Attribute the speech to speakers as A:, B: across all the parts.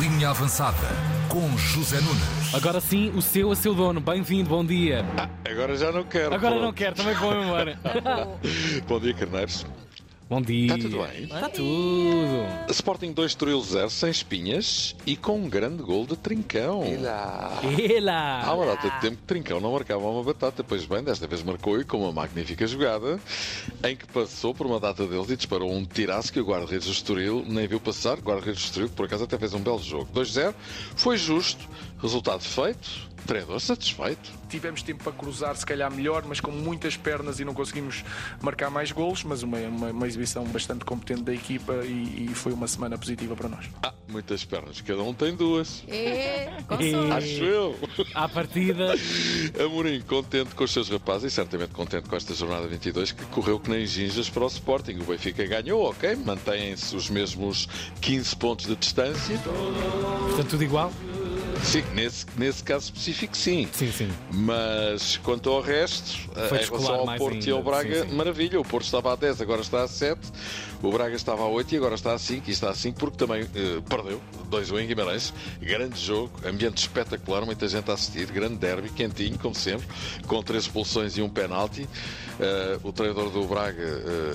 A: Linha Avançada com José Nunes.
B: Agora sim, o seu a seu dono. Bem-vindo, bom dia.
C: Tá Agora já não quero.
B: Agora
C: pô.
B: não quero, também vou embora.
C: Tá Bom dia, Carneiros.
B: bom dia.
C: Está Tá tudo bem?
B: Está tudo.
C: Sporting 2 Estoril 0, sem espinhas e com um grande gol de Trincão. Há
B: Ela!
C: uma data de tempo que Trincão não marcava uma batata, pois bem, desta vez marcou e com uma magnífica jogada, em que passou por uma data deles e disparou um tiraço que o guarda-redes do Estoril nem viu passar. O guarda-redes do Estoril, que por acaso, até fez um belo jogo. 2-0, foi justo, resultado feito, treinador satisfeito.
D: Tivemos tempo para cruzar, se calhar melhor, mas com muitas pernas e não conseguimos marcar mais golos. Mas uma, uma, uma exibição bastante competente da equipa e, e foi uma semana positiva para nós.
C: Ah, muitas pernas, cada um tem duas.
E: É, com
B: É.
E: sorte.
C: Acho eu.
B: À partida,
C: Amorim, contente com os seus rapazes e certamente contente com esta jornada 22 que correu que nem ginjas para o Sporting. O Benfica ganhou, ok, mantêm-se os mesmos 15 pontos de distância.
B: portanto, tudo igual?
C: Sim, nesse, nesse caso específico, sim.
B: Sim, sim.
C: Mas quanto ao resto, eh,
B: Foi
C: em
B: descolar
C: relação ao
B: mais
C: Porto e ao
B: ainda,
C: Braga,
B: sim, sim.
C: maravilha. O Porto estava a 10, agora está a 7. O Braga estava a 8 e agora está a 5. E está a 5 porque também eh, perdeu 2-1 em Guimarães. Grande jogo, ambiente espetacular, muita gente a assistir. Grande derby, quentinho, como sempre, com três expulsões e um penalti. Eh, o treinador do Braga,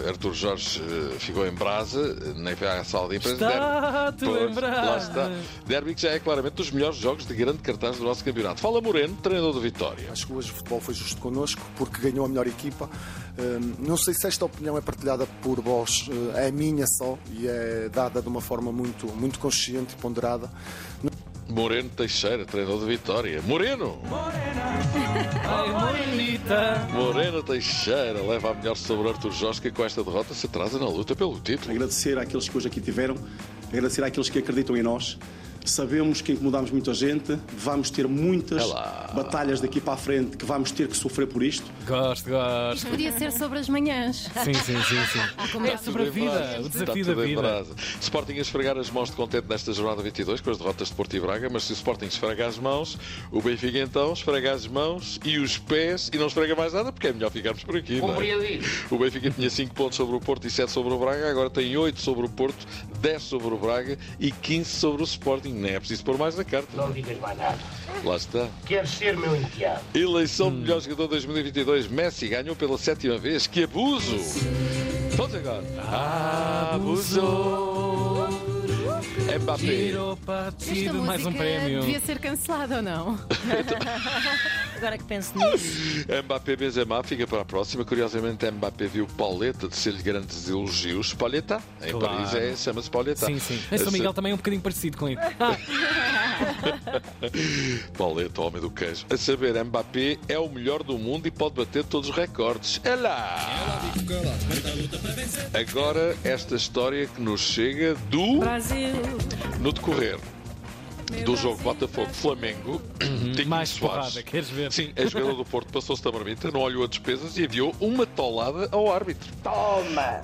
C: eh, Arthur Jorge, eh, ficou em brasa, eh, nem foi à sala de imprensa.
B: Está,
C: derby.
B: tu
C: Pois, Lá
B: lembrar.
C: está. Derby que já é claramente dos melhores jogos de grande cartaz do nosso campeonato. Fala Moreno, treinador do Vitória.
F: Acho que hoje o futebol foi justo connosco porque ganhou a melhor equipa. Hum, Não sei se esta opinião é partilhada por vós, eh, é minha só e é dada de uma forma muito, muito consciente e ponderada.
C: Moreno Teixeira, treinador do Vitória. Moreno!
B: Ai, morenita.
C: Moreno Teixeira leva a melhor sobre Arthur Jorge que com esta derrota se atrasa na luta pelo título.
G: agradecer àqueles que hoje aqui tiveram, agradecer àqueles que acreditam em nós. Sabemos que incomodámos muita gente, vamos ter muitas
C: Ela.
G: batalhas daqui para a frente que vamos ter que sofrer por isto.
B: Gosto, gosto.
E: Isto podia ser sobre as manhãs.
B: Sim, sim, sim, sim.
E: tá
B: É sobre a vida, o
C: Está
B: desafio da
C: tudo em
B: vida.
C: brasa. Sporting a esfregar as mãos de contente nesta jornada 22 com as derrotas de Porto e Braga, mas se o Sporting esfrega as mãos, o Benfica então esfrega as mãos e os pés e não esfrega mais nada porque é melhor ficarmos por aqui. Não é? O Benfica tinha 5 pontos sobre o Porto e 7 sobre o Braga, agora tem 8 sobre o Porto, 10 sobre o Braga e 15 sobre o Sporting. Nem é preciso pôr mais na carta.
H: Não digas mais nada.
C: Lá está.
H: Queres ser meu enteado?
C: Eleição de
B: Hum.
C: melhor jogador 2022. Messi ganhou pela sétima vez. Que abuso! Todos agora. Abusou. Mbappé.
B: Tirou para ti
E: Esta música
B: mais um prémio.
E: devia ser cancelada ou não?
I: Agora que penso nisso,
C: Mbappé Benzema fica para a próxima. Curiosamente, Mbappé viu Pauleta de ser-lhe grandes elogios. Pauleta, em
B: Claro.
C: Paris, é, chama-se Pauleta.
B: Sim, sim. Em Tá. São Miguel também é um bocadinho parecido com ele. Ah,
C: Pauleta, homem do queijo. A saber, Mbappé é o melhor do mundo e pode bater todos os recordes. É lá! Agora, esta história que nos chega do.
I: Brasil.
C: No decorrer do jogo Botafogo-Flamengo, Tiquinho
B: Uhum. mais
C: Soares.
B: porrada, queres ver?
C: Sim, a jogadora do Porto passou-se da marmita, não olhou a despesas e enviou uma tolada ao árbitro.
H: Toma!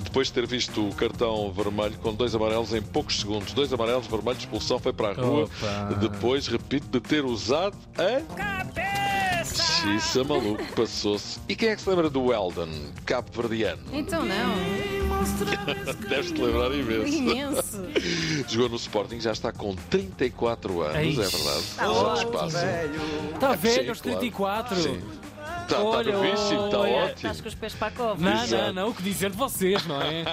C: Depois de ter visto o cartão vermelho com dois amarelos em poucos segundos, dois amarelos vermelhos, expulsão, foi para a rua.
B: Opa.
C: Depois, repito, de ter usado a. Xissa maluco, passou-se. E quem é que se lembra do Eldon, cabo-verdiano?
E: Então não.
C: Deves-te lembrar imenso.
E: Imenso.
C: Jogou no Sporting, já está com 34 anos,
B: Eish.
C: é verdade. Os anos passam.
B: Está velho,
C: sim,
B: Tá aos
C: claro.
B: 34.
C: Sim. Está tá
B: Olha,
C: novíssimo, está
B: olha,
I: Estás com
C: ótimo.
I: os pés para a cova.
B: Não,
C: Exato.
B: não, não, o que dizer de vocês, não é?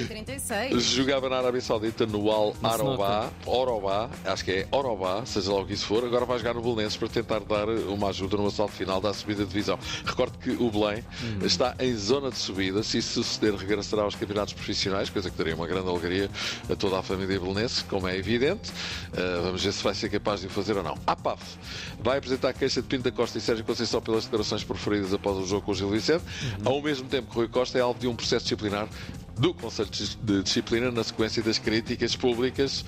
E: Tem 36.
C: Jogava na Arábia Saudita no Al
B: Não se
C: Arobá, Orobá, acho que é Orobá, seja lá o que isso for. Agora vai jogar no Belenenses para tentar dar uma ajuda no assalto final da subida de divisão. Recordo que o Belém
B: Hum.
C: está em zona de subida. Se isso suceder, regressará aos campeonatos profissionais, coisa que daria uma grande alegria a toda a família belenense, como é evidente. Uh, vamos ver se vai ser capaz de o fazer ou não. A PAF vai apresentar a queixa de Pinto da Costa e Sérgio Conceição pelas declarações proferidas após o jogo com o Gil Vicente.
B: Uhum.
C: Ao mesmo tempo que Rui Costa é alvo de um processo disciplinar do Conselho de Disciplina na sequência das críticas públicas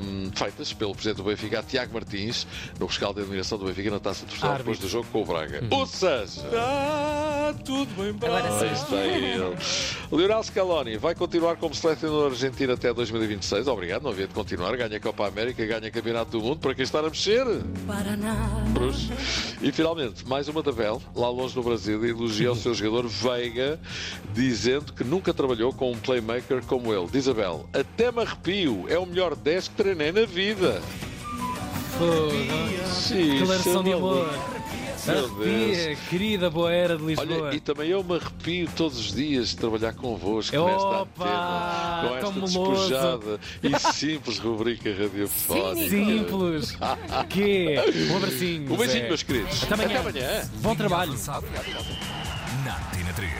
C: hum, feitas pelo Presidente do Benfica a Tiago Martins no rescaldo da eliminação do Benfica na Taça de Portugal
B: Árbitro.
C: depois do jogo com o Braga. Ou seja...
B: Tá tudo bem
I: Uhum. Agora
B: bravo.
I: sim.
C: Aí está ele. Lionel Scaloni vai continuar como selecionador argentino até 2026. Obrigado, não havia de continuar. Ganha a Copa América, ganha Campeonato do Mundo. Para quem estar a mexer? Bruxo. E finalmente, mais uma tabela, lá longe no Brasil, elogia o seu jogador Veiga, dizendo que nunca trabalhou com um playmaker como ele. Diz a Bel, até me arrepio, é o melhor 10 que treinei na vida.
B: Foda.
C: Sim,
B: Declaração de
C: isso é maluco.
B: amor.
C: Meu Deus.
B: Arrepia, querida boa era de Lisboa.
C: Olha, e também eu me arrepio todos os dias de trabalhar convosco nesta
B: É Opa,
C: antena, com
B: tão
C: esta
B: meloso.
C: despojada e simples rubrica radiofónica.
B: Simples. que Um abracinho.
C: Um beijinho,
B: Zé.
C: meus queridos.
B: Até amanhã.
C: Até amanhã.
B: Bom trabalho.
A: Avançada na Tina 3.